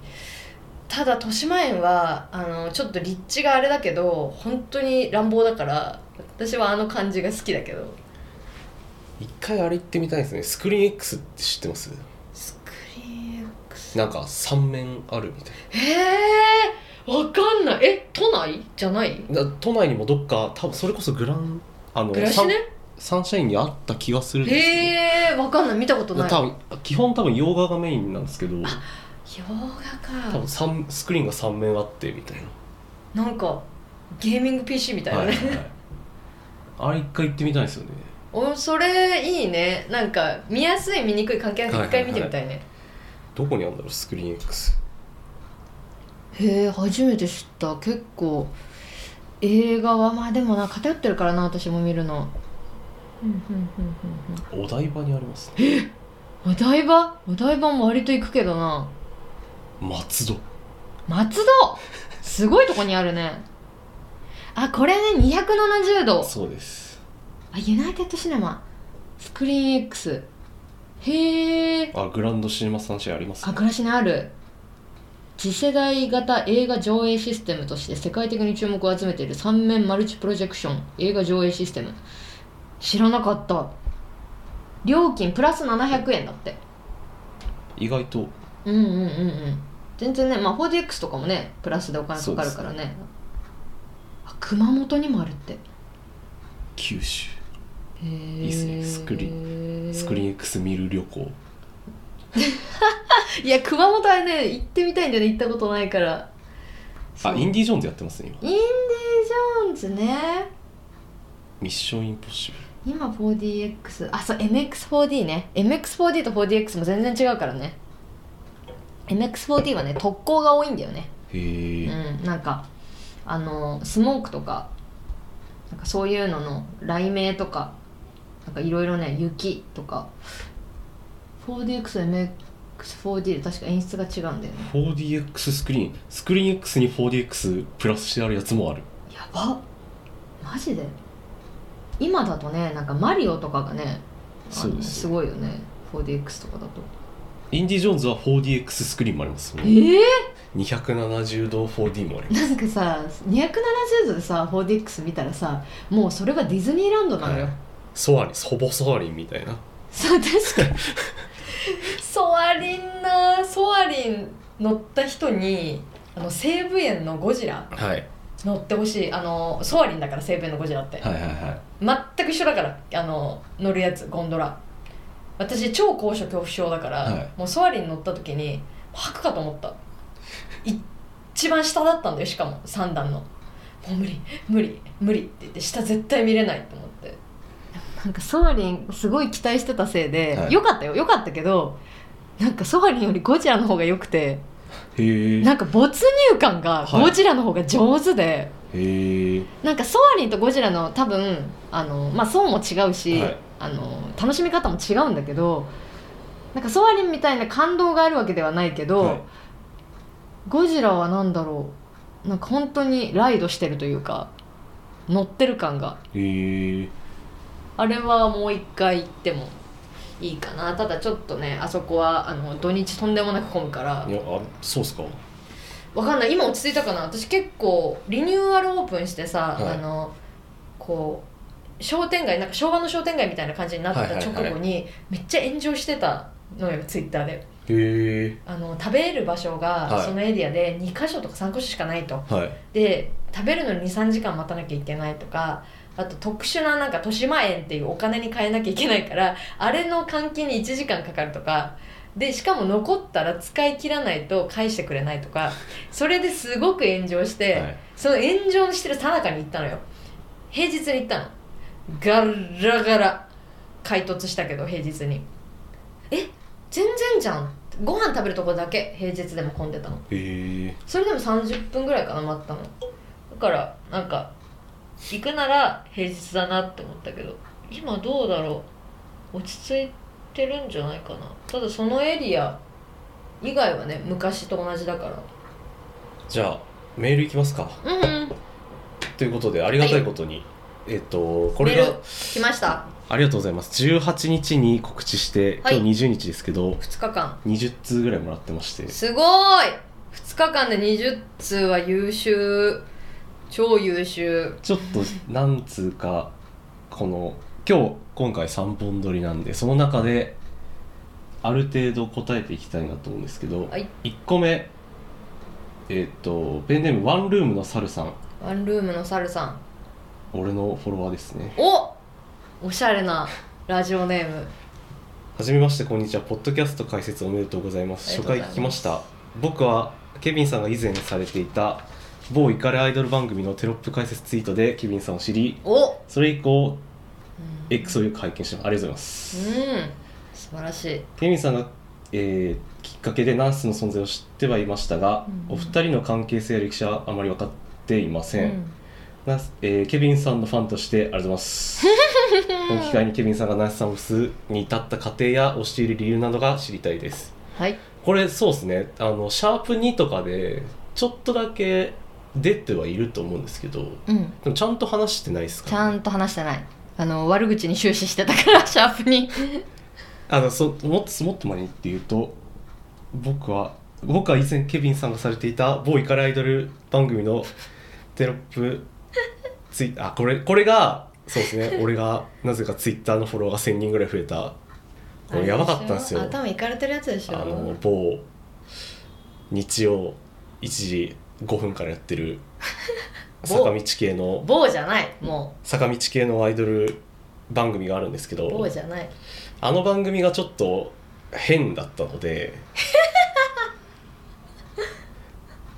[SPEAKER 1] ただ豊島園はあのちょっと立地があれだけど本当に乱暴だから私はあの感じが好きだけど
[SPEAKER 2] 一回あれ行ってみたいですねスクリーン X って知ってます
[SPEAKER 1] スクリーン X
[SPEAKER 2] なんか3面あるみたい
[SPEAKER 1] へえわかんないえ都内じゃない
[SPEAKER 2] なだ都内にもどっか多分それこそグランあの
[SPEAKER 1] 暮らしね
[SPEAKER 2] さんサンシャインにあった気がするんですけ
[SPEAKER 1] へえわかんない見たこと
[SPEAKER 2] ど、
[SPEAKER 1] ない
[SPEAKER 2] 多分基本多分洋画がメインなんですけど
[SPEAKER 1] 洋画
[SPEAKER 2] 多
[SPEAKER 1] か
[SPEAKER 2] 分三スクリーンが3面あってみたいな
[SPEAKER 1] なんかゲーミング PC みたいなね、
[SPEAKER 2] はいはいあれ一回行ってみたいですよね
[SPEAKER 1] おそれいいねなんか見やすい見にくい関係なく一回見てみたいね、
[SPEAKER 2] どこにあるんだろうスクリーン X
[SPEAKER 1] へえ初めて知った結構映画はまあでもな偏ってるからな私も見るのうんうんうんうん
[SPEAKER 2] お台場にありますね
[SPEAKER 1] うんお台場お台場も割と行くけどな
[SPEAKER 2] 松戸
[SPEAKER 1] 松戸すごいとこにあるねあこれね270度
[SPEAKER 2] そうです
[SPEAKER 1] あユナイテッドシネマスクリーン X へえ
[SPEAKER 2] あグランドシネマサンシャインあります
[SPEAKER 1] あ
[SPEAKER 2] ね
[SPEAKER 1] 暮らしにある次世代型映画上映システムとして世界的に注目を集めている三面マルチプロジェクション映画上映システム知らなかった料金プラス700円だって
[SPEAKER 2] 意外と
[SPEAKER 1] うんうんうんうん全然ねまあ 4DX とかもねプラスでお金かかるからねあ熊本にもあるってへ
[SPEAKER 2] 九州
[SPEAKER 1] え
[SPEAKER 2] いっすねスクリスクリーン X 見る旅行
[SPEAKER 1] いや熊本はね行ってみたいんだよね行ったことないからそ
[SPEAKER 2] あ
[SPEAKER 1] う
[SPEAKER 2] インディ・ジョーンズやってますね今
[SPEAKER 1] インディ・ジョーンズね
[SPEAKER 2] ミッション・インポッシブ
[SPEAKER 1] 今 4DX あそう MX4D ね MX4D と 4DX も全然違うからね MX4D はね特攻が多いんだよね
[SPEAKER 2] ルへえ、
[SPEAKER 1] うんなんかあのスモークとかなんかそういうのの雷鳴とかなんかいろいろね雪とか 4DX と MX4D で確か演出が違うんだよね
[SPEAKER 2] 4DX スクリーンスクリーン X に 4DX プラスしてあるやつもある
[SPEAKER 1] やばっマジで今だとねなんかマリオとかがねあの
[SPEAKER 2] そうです
[SPEAKER 1] すごいよね 4DX とかだと
[SPEAKER 2] インディ・ジョーンズは 4DX スクリーンもありますよね
[SPEAKER 1] ええ
[SPEAKER 2] 270度 4D もあります
[SPEAKER 1] なんかさ270度でさ 4DX 見たらさもうそれがディズニーランドなのよ、
[SPEAKER 2] はいソアリンほぼソアリンみたいな
[SPEAKER 1] そう確か にソアリンなソアリン乗った人にあの西武園のゴジラ
[SPEAKER 2] はい
[SPEAKER 1] 乗ってほしいあのソアリンだから西武園のゴジラって、
[SPEAKER 2] はいはいは
[SPEAKER 1] 全く一緒だからあの乗るやつゴンドラ私超高所恐怖症だから、
[SPEAKER 2] はい
[SPEAKER 1] もうソアリン乗った時に吐くかと思ったい一番下だったんだよしかも3段のもう無理無理無理って言って下絶対見れないと思ってなんかソアリンすごい期待してたせいで、
[SPEAKER 2] はい
[SPEAKER 1] よかったよよかったけどなんかソアリンよりゴジラの方が良くて
[SPEAKER 2] いへえ
[SPEAKER 1] なんか没入感が
[SPEAKER 2] はい
[SPEAKER 1] ゴジラの方が上手で、
[SPEAKER 2] へえ
[SPEAKER 1] なんかソアリンとゴジラの多分あの、まあ、層も違うし、
[SPEAKER 2] はい
[SPEAKER 1] あの楽しみ方も違うんだけどなんかソアリンみたいな感動があるわけではないけど、
[SPEAKER 2] はい
[SPEAKER 1] ゴジラは何だろうなんか本当にライドしてるというか乗ってる感が
[SPEAKER 2] へえ
[SPEAKER 1] あれはもう一回行ってもいいかなただちょっとねあそこはあの土日とんでもなく混むから
[SPEAKER 2] いやあそうっすか
[SPEAKER 1] わかんない今落ち着いたかな私結構リニューアルオープンしてさ、
[SPEAKER 2] は
[SPEAKER 1] あ
[SPEAKER 2] い
[SPEAKER 1] のこう商店街なんか昭和の商店街みたいな感じになった
[SPEAKER 2] はいはいはい
[SPEAKER 1] 直後に、めっちゃ炎上してたのよツイッターで
[SPEAKER 2] へえ
[SPEAKER 1] あの食べる場所
[SPEAKER 2] は
[SPEAKER 1] が
[SPEAKER 2] い
[SPEAKER 1] そのエリアで2か所とか3か所しかないと、
[SPEAKER 2] はい
[SPEAKER 1] で食べるのに23時間待たなきゃいけないとかあと特殊ななんか豊島園っていうお金に変えなきゃいけないからあれの換金に1時間かかるとかでしかも残ったら使い切らないと返してくれないとかそれですごく炎上して、
[SPEAKER 2] はい
[SPEAKER 1] その炎上してる最中に行ったのよ平日に行ったのガラガラ解突したけど平日にえ全然じゃんご飯食べるとこだけ平日でも混んでたの
[SPEAKER 2] へえ
[SPEAKER 1] それでも30分ぐらいかな待ったのだからなんか行くなら平日だなって思ったけど今どうだろう落ち着いてるんじゃないかなただそのエリア以外はね昔と同じだから
[SPEAKER 2] じゃあメールいきますか
[SPEAKER 1] うんうん
[SPEAKER 2] ということでありがたいことに、えっとこれ
[SPEAKER 1] メー
[SPEAKER 2] が
[SPEAKER 1] ル来ました
[SPEAKER 2] ありがとうございます18日に告知して今
[SPEAKER 1] はい
[SPEAKER 2] 日20日ですけど、
[SPEAKER 1] 2日間
[SPEAKER 2] 20通ぐらいもらってまして
[SPEAKER 1] すごい2日間で20通は優秀超優秀
[SPEAKER 2] ちょっと何通かこの今日今回3本撮りなんでその中である程度答えていきたいなと思うんですけど、
[SPEAKER 1] はい
[SPEAKER 2] 1個目えっ、とペンネームワンルームのサルさん
[SPEAKER 1] ワンルームのサルさん
[SPEAKER 2] 俺のフォロワーですね
[SPEAKER 1] おおしゃれなラジオネーム
[SPEAKER 2] はじめましてこんにちはポッドキャスト解説おめでとうございます
[SPEAKER 1] ありがとう
[SPEAKER 2] 初回
[SPEAKER 1] ございます
[SPEAKER 2] 聞きました僕はケビンさんが以前されていた某イカレアイドル番組のテロップ解説ツイートでケビンさんを知り
[SPEAKER 1] お、うん、
[SPEAKER 2] それ以降 X をよく拝見してますありがとうございます、
[SPEAKER 1] うん素晴らしい
[SPEAKER 2] ケビンさんが、えーきっかけでナースの存在を知ってはいましたが、
[SPEAKER 1] うん
[SPEAKER 2] お二人の関係性や歴史はあまり分かっていません、
[SPEAKER 1] うん
[SPEAKER 2] ナースえーケビンさんのファンとしてありがとうございます この機会にケビンさんがナースサムスに至った過程や推している理由などが知りたいです
[SPEAKER 1] はい
[SPEAKER 2] これそうですねあのシャープ2とかでちょっとだけ出てはいると思うんですけど
[SPEAKER 1] うん
[SPEAKER 2] でもちゃんと話してないですか
[SPEAKER 1] ちゃ
[SPEAKER 2] らね、
[SPEAKER 1] んと話してないあの悪口に終始してたから シャープに
[SPEAKER 2] あのそもっともっと前にっていうと僕は僕は以前ケビンさんがされていた某イカレアイドル番組の テロップツイあこれこれがそうです ね俺がなぜかツイッターのフォロワーが1000人ぐらい増えたこれやばかったんですよ
[SPEAKER 1] 頭いかれてるやつでしょ
[SPEAKER 2] あの某日曜1時5分からやって る
[SPEAKER 1] 某
[SPEAKER 2] 坂道系の
[SPEAKER 1] 棒じゃないも
[SPEAKER 2] 坂道系のアイドル番組があるんですけ
[SPEAKER 1] う
[SPEAKER 2] ど
[SPEAKER 1] 棒じゃない
[SPEAKER 2] あの番組がちょっと変だったの で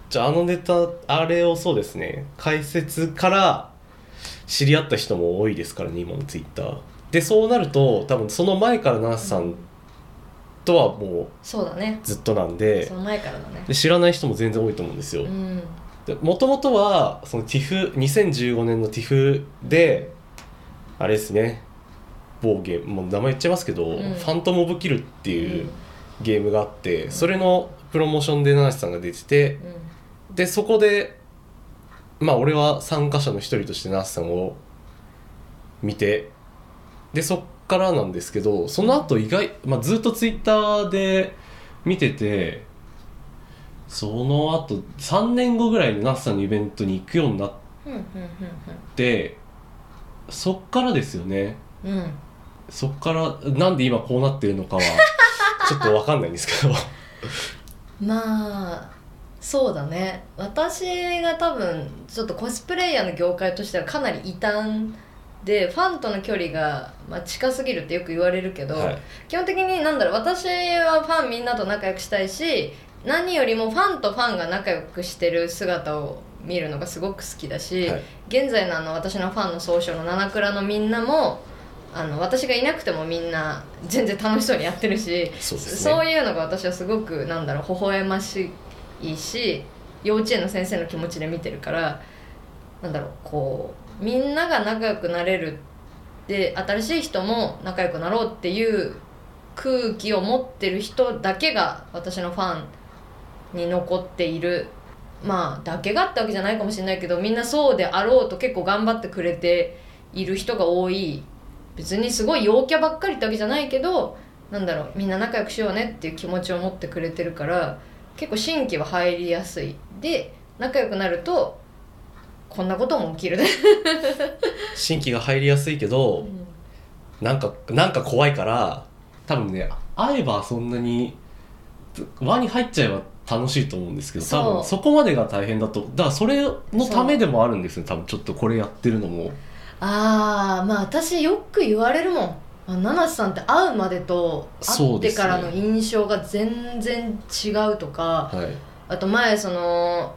[SPEAKER 2] じゃああのネタあれをそうですね解説から知り合った人も多いですからね今のツイッターでそうなると多分その前からナースさんとはも
[SPEAKER 1] そうだね
[SPEAKER 2] うずっとなんで、
[SPEAKER 1] その前からだね
[SPEAKER 2] で知らない人も全然多いと思うんですよ
[SPEAKER 1] うん
[SPEAKER 2] もともとはその TIFF 2015年の TIFF であれですね某ゲームもう名前言っちゃいますけど
[SPEAKER 1] ん
[SPEAKER 2] 「ファントム・オブ・キル」っていう
[SPEAKER 1] うん
[SPEAKER 2] ゲームがあって、それのプロモーションで七瀬さんが出てて
[SPEAKER 1] う
[SPEAKER 2] でそこでまあ俺は参加者の一人として七瀬さんを見てでそっからなんですけどその後意外、まあ、ずっとツイッターで見ててその後3年後ぐらいにナスさんのイベントに行くようになっ
[SPEAKER 1] んうん
[SPEAKER 2] てそっからですよね
[SPEAKER 1] うんうんうん
[SPEAKER 2] そっからなんで今こうなってるのかはちょっとわかんないんですけど
[SPEAKER 1] まあそうだね私が多分ちょっとコスプレイヤーの業界としてはかなり異端でファンとの距離が、まあ、近すぎるってよく言われる けど、
[SPEAKER 2] はい
[SPEAKER 1] 基本的になんだろう私はファンみんなと仲良くしたいし何よりもファンとファンが仲良くしてる姿を見るのがすごく好きだし、
[SPEAKER 2] はい
[SPEAKER 1] 現在のあの私のファンの総称の七倉のみんなもあの私がいなくてもみんな全然楽しそうにやってるし
[SPEAKER 2] そうですね
[SPEAKER 1] そういうのが私はすごくなんだろう微笑ましいし幼稚園の先生の気持ちで見てるからなんだろうこうみんなが仲良くなれるで新しい人も仲良くなろうっていう空気を持ってる人だけが私のファンに残っているまあだけがってわけじゃないかもしれないけどみんなそうであろうと結構頑張ってくれている人が多い別にすごい陽キャばっかりってわけじゃないけどなんだろうみんな仲良くしようねっていう気持ちを持ってくれてるから結構新規は入りやすいで仲良くなるとこんなことも起きるね、
[SPEAKER 2] 新規が入りやすいけど、なんかなんか怖いから多分ね会えばそんなに輪に入っちゃえば楽しいと思うんですけど
[SPEAKER 1] そう
[SPEAKER 2] 多分そこまでが大変だとだからそれのためでもあるんですよ多分ちょっとこれやってるのも
[SPEAKER 1] ああまあ私よく言われるもんあ七瀬さんって会うまでと会
[SPEAKER 2] そ
[SPEAKER 1] っ
[SPEAKER 2] う
[SPEAKER 1] て
[SPEAKER 2] ですね
[SPEAKER 1] からの印象が全然違うとか
[SPEAKER 2] はい
[SPEAKER 1] あと前その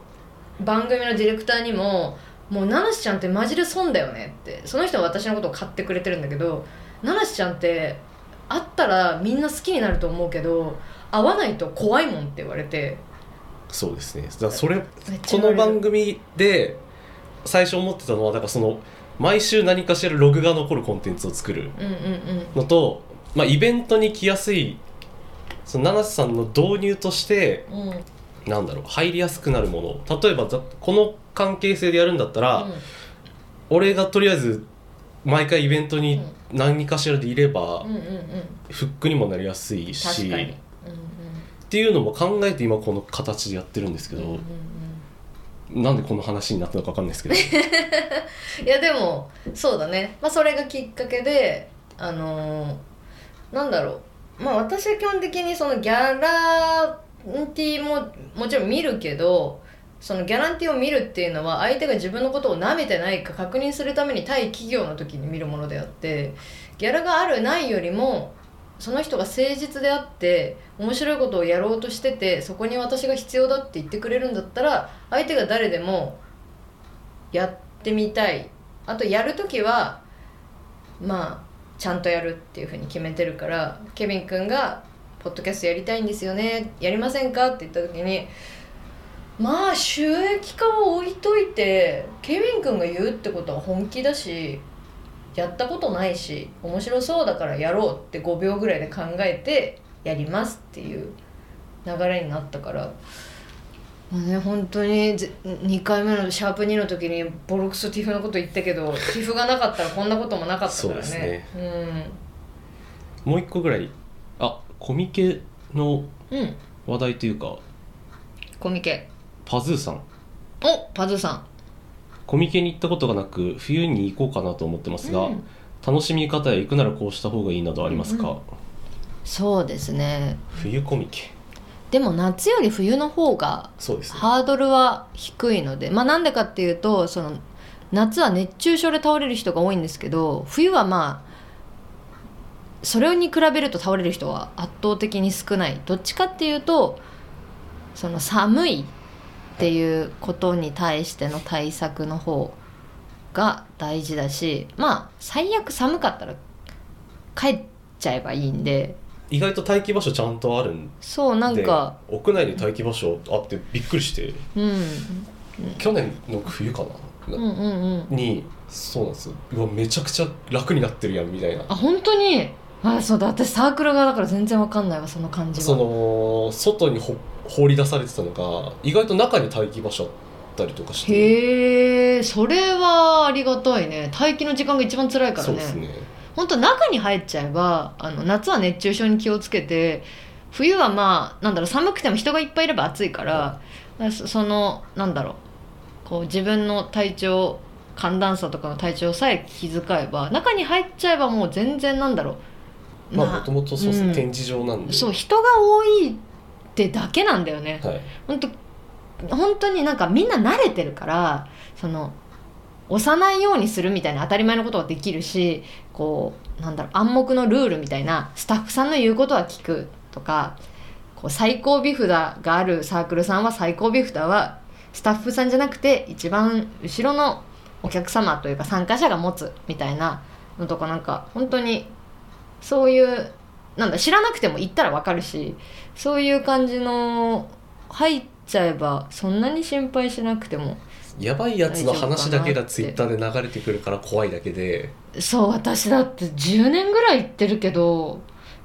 [SPEAKER 1] 番組のディレクターにも「もう七瀬ちゃんってマジで損だよね」ってその人は私のことを買ってくれてるんだけど七瀬ちゃんって会ったらみんな好きになると思うけど会わないと怖いもんって言われて
[SPEAKER 2] そうですねだからそれこ
[SPEAKER 1] めっちゃ言わ
[SPEAKER 2] の
[SPEAKER 1] れる
[SPEAKER 2] 番組で最初思ってたのはだからその毎週何かしらログが残るコンテンツを作る
[SPEAKER 1] うんうんうん
[SPEAKER 2] のと、まあ、イベントに来やすいその七瀬さんの導入として
[SPEAKER 1] うんうん
[SPEAKER 2] なんだろう入りやすくなるもの例えばざこの関係性でやるんだったら、俺がとりあえず毎回イベントに何かしらでいれば、
[SPEAKER 1] うんうんうん
[SPEAKER 2] フックにもなりやすいし
[SPEAKER 1] 確かに
[SPEAKER 2] っ、ていうのも考えて今この形でやってるんですけ
[SPEAKER 1] うんうんうんうん
[SPEAKER 2] ど、
[SPEAKER 1] うん
[SPEAKER 2] なんでこの話になったのか分かんないですけど
[SPEAKER 1] いやでもそうだね、まあ、それがきっかけであのーなんだろうまあ私は基本的にそのギャランティーももちろん見るけどそのギャランティーを見るっていうのは相手が自分のことを舐めてないか確認するために対企業の時に見るものであってギャラがあるないよりもその人が誠実であって面白いことをやろうとしててそこに私が必要だって言ってくれるんだったら相手が誰でもやってみたいあとやる時はまあちゃんとやるっていうふうに決めてるからケビン君が「ポッドキャストやりたいんですよねやりませんか?」って言った時にまあ収益化を置いといてケビン君が言うってことは本気だしやったことないし面白そうだからやろうって5秒ぐらいで考えてやりますっていう流れになったから。まあね、本当にぜ2回目のシャープ2の時にボロクソティフのこと言ったけどティフがなかったらこんなこともなかったからね
[SPEAKER 2] そうです
[SPEAKER 1] うん
[SPEAKER 2] もう一個ぐらいあコミケの
[SPEAKER 1] うん、
[SPEAKER 2] 話題というか
[SPEAKER 1] コミケ。
[SPEAKER 2] パズーさん
[SPEAKER 1] お、パズーさん。
[SPEAKER 2] コミケに行ったことがなく冬に行こうかなと思ってますが、
[SPEAKER 1] うん
[SPEAKER 2] 楽しみ方や行くならこうした方がいいなどありますか、
[SPEAKER 1] うんそうですね。
[SPEAKER 2] 冬コミケ
[SPEAKER 1] でも夏より冬の方が
[SPEAKER 2] そうですね
[SPEAKER 1] ハードルは低いので、まあなんでかっていうと、その夏は熱中症で倒れる人が多いんですけど、冬はまあ。それに比べると倒れる人は圧倒的に少ないどっちかっていうとその寒いっていうことに対しての対策の方が大事だしまあ最悪寒かったら帰っちゃえばいいんで
[SPEAKER 2] 意外と待機場所ちゃんとあるんで
[SPEAKER 1] そうなんか
[SPEAKER 2] 屋内に待機場所あってびっくりして
[SPEAKER 1] うん
[SPEAKER 2] 去年の冬かな、
[SPEAKER 1] うんうんうん
[SPEAKER 2] にそうなんですようわめちゃくちゃ楽になってるやんみたいな
[SPEAKER 1] あ本当にあそうだ私サークル側だから全然わかんないわその感じは
[SPEAKER 2] その外にほ放り出されてたのが意外と中に待機場所あったりとかして
[SPEAKER 1] へえそれはありがたいね待機の時間が一番辛いから
[SPEAKER 2] そう
[SPEAKER 1] ね
[SPEAKER 2] ですね
[SPEAKER 1] 本当中に入っちゃえばあの夏は熱中症に気をつけて冬はまあなんだろう寒くても人がいっぱいいれば暑いから、そそのなんだろうこう自分の体調寒暖差とかの体調さえ気遣えば中に入っちゃえばもう全然なんだろう
[SPEAKER 2] まあもともとそうですね、
[SPEAKER 1] うん
[SPEAKER 2] 展示場なんで
[SPEAKER 1] そう人が多いってだけなんだよね
[SPEAKER 2] はい、
[SPEAKER 1] 本当本当になんかみんな慣れてるからその押さないようにするみたいな当たり前のことができるしこうなんだろう暗黙のルールみたいなスタッフさんの言うことは聞くとかこう最高尾札があるサークルさんは最高尾札はスタッフさんじゃなくて一番後ろのお客様というか参加者が持つみたいなのとかなんか本当にそういうなんだ知らなくても行ったらわかるしそういう感じの入っちゃえばそんなに心配しなくても
[SPEAKER 2] やばいやつの話だ
[SPEAKER 1] 大丈夫かな
[SPEAKER 2] けが
[SPEAKER 1] って
[SPEAKER 2] ツイッターで流れてくるから怖いだけで
[SPEAKER 1] そう私だって10年ぐらい行ってるけど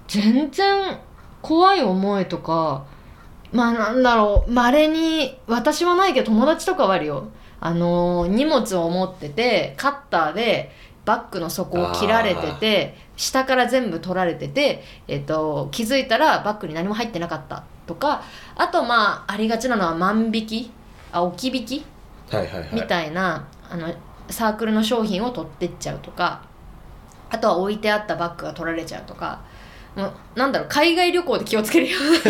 [SPEAKER 1] 全然怖い思いとかまあなんだろうまれに私はないけど友達とかはあるよあのー荷物を持っててカッターでバッグの底を切られてて下から全部取られてて、えっと気づいたらバッグに何も入ってなかったとかあとまあありがちなのは万引きあ置き引き
[SPEAKER 2] はいはいは
[SPEAKER 1] み
[SPEAKER 2] い
[SPEAKER 1] たいな、あのサークルの商品を取ってっちゃうとかあとは置いてあったバッグが取られちゃうとかもうなんだろう海外旅行で気をつけるよ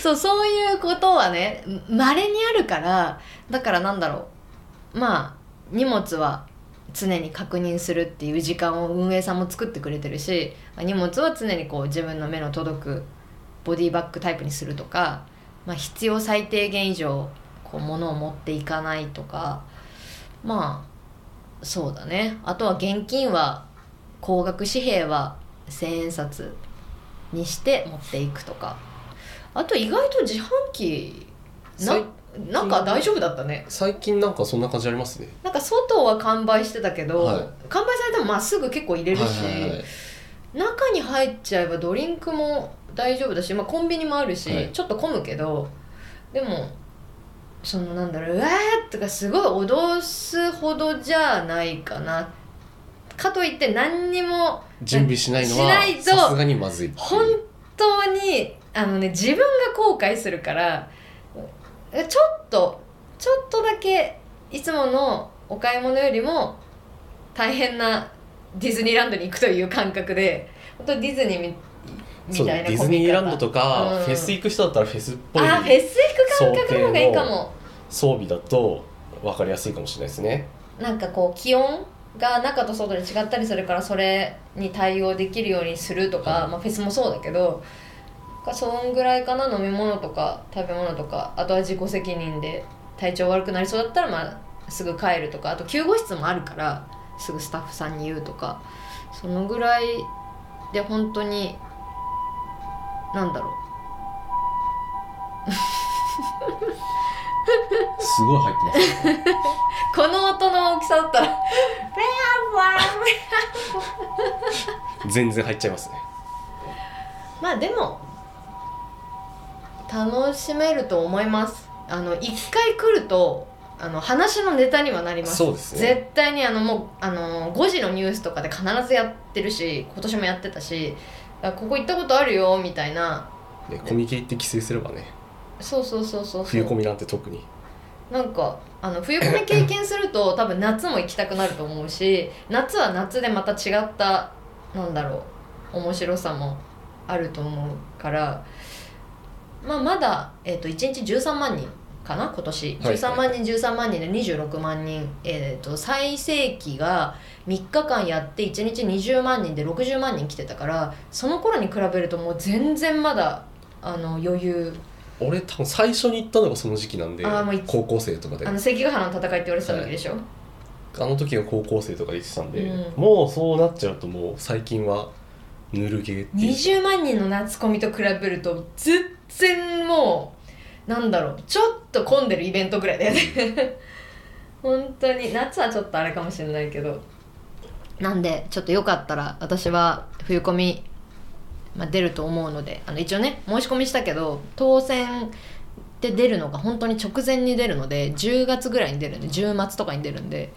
[SPEAKER 1] そうそういうことはねまれにあるからだからなんだろうまあ荷物は常に確認するっていう時間を運営さんも作ってくれてるし荷物は常にこう自分の目の届くボディバッグタイプにするとか、まあ、必要最低限以上こう物を持っていかないとかまあそうだねあとは現金は高額紙幣は千円札にして持っていくとかあと意外と自販機な
[SPEAKER 2] 最
[SPEAKER 1] なんか大丈夫だったね
[SPEAKER 2] 最近なんかそんな感じありますね
[SPEAKER 1] なんか外は完売してたけど、
[SPEAKER 2] はい
[SPEAKER 1] 完売されてもまあすぐ結構入れるし、
[SPEAKER 2] はいはいはい
[SPEAKER 1] 中に入っちゃえばドリンクも大丈夫だし、まあ、コンビニもあるし、
[SPEAKER 2] はい
[SPEAKER 1] ちょっと混むけどでもそのなんだろううわーとかすごい脅すほどじゃないかなかといって何にも
[SPEAKER 2] 準備しないの
[SPEAKER 1] し
[SPEAKER 2] は
[SPEAKER 1] ないと
[SPEAKER 2] さすがにまずいっていう
[SPEAKER 1] 本当にあのね自分が後悔するからえちょっとちょっとだけいつものお買い物よりも大変なディズニーランドに行くという感覚で本当ディズニーみ
[SPEAKER 2] そ
[SPEAKER 1] み
[SPEAKER 2] う
[SPEAKER 1] たい
[SPEAKER 2] デ
[SPEAKER 1] な
[SPEAKER 2] ィズニーランド
[SPEAKER 1] か
[SPEAKER 2] とか、
[SPEAKER 1] うん
[SPEAKER 2] フェス行く人だったらフェスっぽい
[SPEAKER 1] あーフェス行く感覚の方がいいかも
[SPEAKER 2] 装備だと分かりやすいかもしれないですね
[SPEAKER 1] なんかこう気温が中と外で違ったりするからそれに対応できるようにするとか、まあ、フェスもそうだけどなんかそんぐらいかな飲み物とか食べ物とかあとは自己責任で体調悪くなりそうだったらまあすぐ帰るとかあと救護室もあるからすぐスタッフさんに言うとかそのぐらいで本当になんだろう
[SPEAKER 2] すごい入ってます
[SPEAKER 1] この音の大きさだったら 「ペアワン!」
[SPEAKER 2] 全然入っちゃいますね
[SPEAKER 1] まあでも楽しめると思いますあの一回来るとあの話のネタにはなります
[SPEAKER 2] そうですね
[SPEAKER 1] 絶対にあのもうあの5時のニュースとかで必ずやってるし今年もやってたしあここ行ったことあるよみたいな
[SPEAKER 2] ねコミケ行って帰省すればね
[SPEAKER 1] そうそうそうそうそ
[SPEAKER 2] 冬コ
[SPEAKER 1] う
[SPEAKER 2] ミなんて特に
[SPEAKER 1] なんかあの冬コミ経験する と多分夏も行きたくなると思うし夏は夏でまた違ったなんだろう面白さもあると思うから、まあ、まだ、えー、と1日13万人かな今年
[SPEAKER 2] はい
[SPEAKER 1] 13万人13万人で26万人、えー、と最盛期が3日間やって1日20万人で60万人来てたからその頃に比べるともう全然まだあの余裕
[SPEAKER 2] 俺多分最初に行ったのがその時期なんで
[SPEAKER 1] あーもうい
[SPEAKER 2] 高校生とかで
[SPEAKER 1] あ
[SPEAKER 2] あ
[SPEAKER 1] の
[SPEAKER 2] の
[SPEAKER 1] 関ヶ原の戦いって言われてた時でしょ、
[SPEAKER 2] 時が高校生とか行ってたんで、
[SPEAKER 1] うん
[SPEAKER 2] もうそうなっちゃうともう最近はぬるゲーっていう
[SPEAKER 1] 20万人の夏コミと比べると全然もうなんだろうちょっと混んでるイベントぐらいだよね 本当に夏はちょっとあれかもしれないけどなんでちょっとよかったら私は冬コミ、まあ、出ると思うのであの一応ね申し込みしたけど当選で出るのが本当に直前に出るので10月ぐらいに出るんで10末とかに出るんで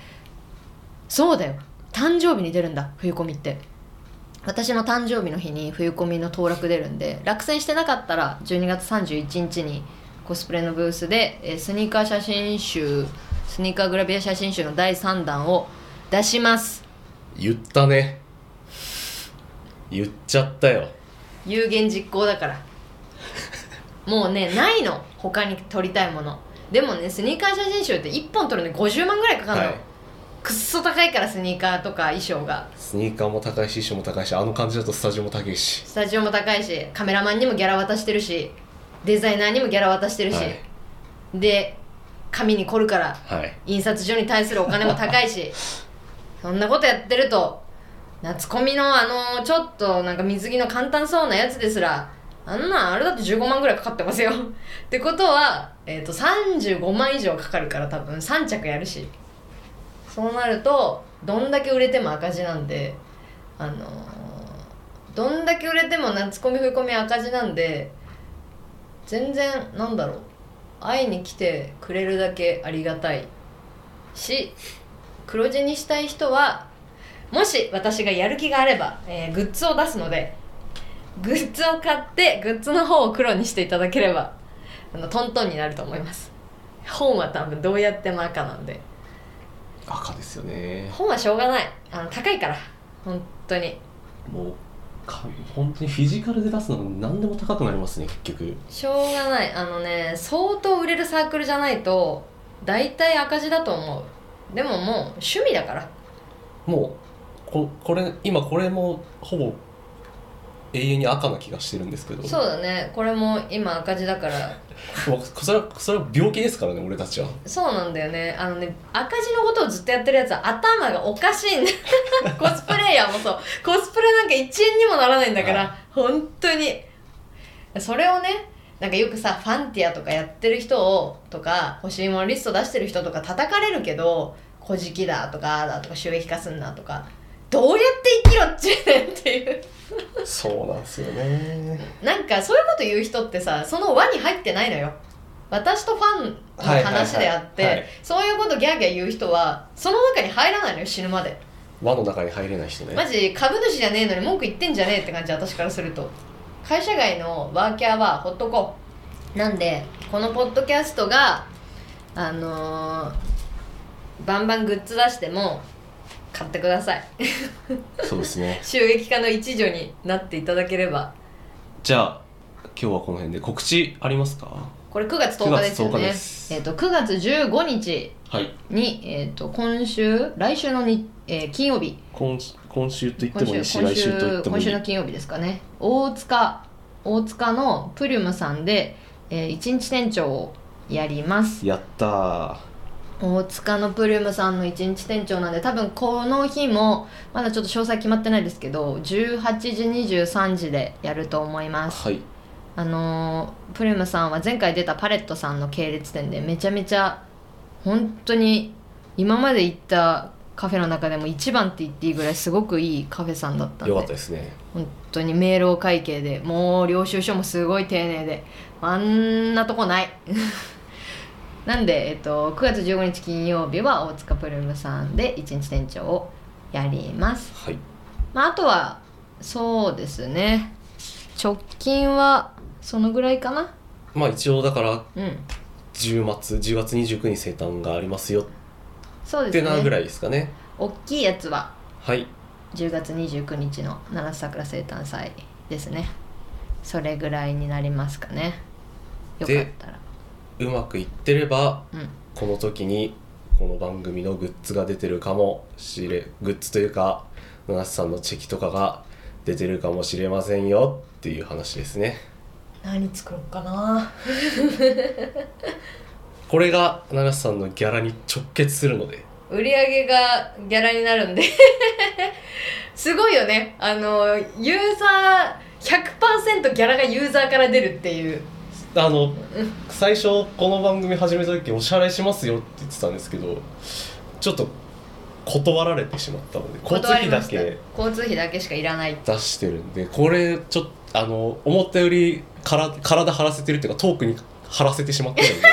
[SPEAKER 1] そうだよ誕生日に出るんだ冬コミって私の誕生日の日に冬コミの当落出るんで落選してなかったら12月31日にコスプレのブースで、えースニーカー写真集スニーカーグラビア写真集の第3弾を出します
[SPEAKER 2] 言ったね言っちゃったよ
[SPEAKER 1] 有言実行だからもうねないの他に撮りたいものでもねスニーカー写真集って1本撮るのに50万ぐらいかかるの、
[SPEAKER 2] はい
[SPEAKER 1] くっそ高いからスニーカーとか衣装が
[SPEAKER 2] スニーカーも高いし衣装も高いしあの感じだとスタジオも高いし
[SPEAKER 1] スタジオも高いしカメラマンにもギャラ渡してるしデザイナーにもギャラ渡してるし、
[SPEAKER 2] はい
[SPEAKER 1] で紙に凝るから
[SPEAKER 2] はい
[SPEAKER 1] 印刷所に対するお金も高いしそんなことやってると夏コミのあのちょっとなんか水着の簡単そうなやつですらあんなんあれだって15万ぐらいかかってますよ ってことは、えー、と35万以上かかるから多分3着やるしそうなるとどんだけ売れても赤字なんであのーどんだけ売れても夏コミ冬コミ赤字なんで全然なんだろう会いに来てくれるだけありがたいし黒字にしたい人はもし私がやる気があれば、えーグッズを出すのでグッズを買ってグッズの方を黒にしていただければあのトントンになると思います本は多分どうやっても赤なんで
[SPEAKER 2] 赤ですよね
[SPEAKER 1] 本はしょうがないあの高いから本当に
[SPEAKER 2] もうか本当にフィジカルで出すのも何でも高くなりますね結局
[SPEAKER 1] しょうがないあのね相当売れるサークルじゃないと大体赤字だと思うでももう趣味だから
[SPEAKER 2] もうここれ今これもほぼ永遠に赤な気がしてるんですけど
[SPEAKER 1] そうだねこれも今赤字だから
[SPEAKER 2] もうそれはそれは病気ですからね俺たちは
[SPEAKER 1] そうなんだよねあのね赤字のことをずっとやってるやつは頭がおかしいんだ コスプレイヤーもそうコスプレなんか1円にもならないんだから、
[SPEAKER 2] はい
[SPEAKER 1] 本当にそれをねなんかよくさファンティアとかやってる人をとか欲しいものリスト出してる人とか叩かれるけど「小じきだ」とか「ああだ」とか「収益化すんな」とかどうやって生きろっちゅうねんっていう
[SPEAKER 2] そうなんですよね
[SPEAKER 1] なんかそういうこと言う人ってさその輪に入ってないのよ私とファンの話であっ
[SPEAKER 2] はいはいはいは
[SPEAKER 1] て
[SPEAKER 2] い
[SPEAKER 1] そういうことギャーギャー言う人はその中に入らないのよ死ぬまで
[SPEAKER 2] 輪の中に入れない人ね
[SPEAKER 1] マジ株主じゃねえのに文句言ってんじゃねえって感じ私からすると会社外のワーキャーはほっとこうなんでこのポッドキャストがあのーバンバングッズ出しても買ってください
[SPEAKER 2] そうですね
[SPEAKER 1] 収益化の一助になっていただければ
[SPEAKER 2] じゃあ今日はこの辺で告知ありますか
[SPEAKER 1] これ9月10日ですよ
[SPEAKER 2] 9月10
[SPEAKER 1] ね
[SPEAKER 2] 日です
[SPEAKER 1] えっ、と9月15日
[SPEAKER 2] はい
[SPEAKER 1] に、えっと今週来週のに、えー金曜日
[SPEAKER 2] 今今週と言って
[SPEAKER 1] 今
[SPEAKER 2] も
[SPEAKER 1] 週
[SPEAKER 2] いいし
[SPEAKER 1] 今
[SPEAKER 2] 来週と言
[SPEAKER 1] 週
[SPEAKER 2] って
[SPEAKER 1] 今
[SPEAKER 2] もいい
[SPEAKER 1] 週の金曜日ですかね大塚大塚のプリュムさんで、えー一日店長をやります
[SPEAKER 2] やったー
[SPEAKER 1] 大塚のプリュムさんの一日店長なんで多分この日もまだちょっと詳細決まってないですけど18時23時でやると思います
[SPEAKER 2] はい
[SPEAKER 1] あのープリムさんは前回出たパレットさんの系列店でめちゃめちゃ本当に今まで行ったカフェの中でも一番って言っていいぐらいすごくいいカフェさんだったん
[SPEAKER 2] よか
[SPEAKER 1] で
[SPEAKER 2] ったですね
[SPEAKER 1] 本当に明朗会計でもう領収書もすごい丁寧であんなとこない なんで、えっと、9月15日金曜日は大塚プルムさんで一日店長をやります
[SPEAKER 2] はい
[SPEAKER 1] まあ、あとはそうですね直近はそのぐらいかな
[SPEAKER 2] まあ一応だから
[SPEAKER 1] うん
[SPEAKER 2] 10月10月29日に生誕がありますよ
[SPEAKER 1] そう
[SPEAKER 2] って
[SPEAKER 1] です
[SPEAKER 2] なぐ
[SPEAKER 1] ね
[SPEAKER 2] らいですかね
[SPEAKER 1] 大きいやつは
[SPEAKER 2] はい
[SPEAKER 1] 10月29日の七瀬桜生誕祭ですねそれぐらいになりますかねよか
[SPEAKER 2] で
[SPEAKER 1] ったら
[SPEAKER 2] うまくいってれば
[SPEAKER 1] うん
[SPEAKER 2] この時にこの番組のグッズが出てるかもしれグッズというか七瀬さんのチェキとかが出てるかもしれませんよっていう話ですね
[SPEAKER 1] 何作ろうかな
[SPEAKER 2] これが七瀬さんのギャラに直結するので
[SPEAKER 1] 売り上げがギャラになるんで すごいよねあのユーザー100%ギャラがユーザーから出るっていう
[SPEAKER 2] あの最初この番組始めた時お支払いしますよって言ってたんですけどちょっと断られてしまったので交通
[SPEAKER 1] 断り
[SPEAKER 2] 費
[SPEAKER 1] ま
[SPEAKER 2] だ
[SPEAKER 1] した
[SPEAKER 2] け
[SPEAKER 1] 交通費だけしかいらない
[SPEAKER 2] 出してるんでこれちょっとあの思ったよりから体張らせてるっていうかトークに張らせてしまっ てるんで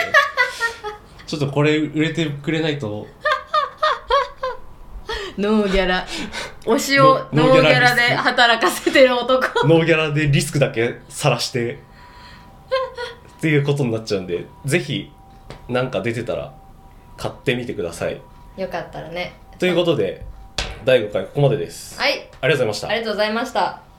[SPEAKER 2] ちょっとこれ売れてくれないと
[SPEAKER 1] ノーギャラ推しをノ
[SPEAKER 2] ノ
[SPEAKER 1] ー
[SPEAKER 2] ノー
[SPEAKER 1] ギ
[SPEAKER 2] ギ
[SPEAKER 1] ャ
[SPEAKER 2] ャラ
[SPEAKER 1] ラで
[SPEAKER 2] リスク
[SPEAKER 1] 働かせてる男
[SPEAKER 2] ノーギャラでリスクだけさらしてっていうことになっちゃうんでぜひなんか出てたら買ってみてください
[SPEAKER 1] よかったらね
[SPEAKER 2] ということで第5回ここまでです、
[SPEAKER 1] はい
[SPEAKER 2] ありがとうございました
[SPEAKER 1] ありがとうございました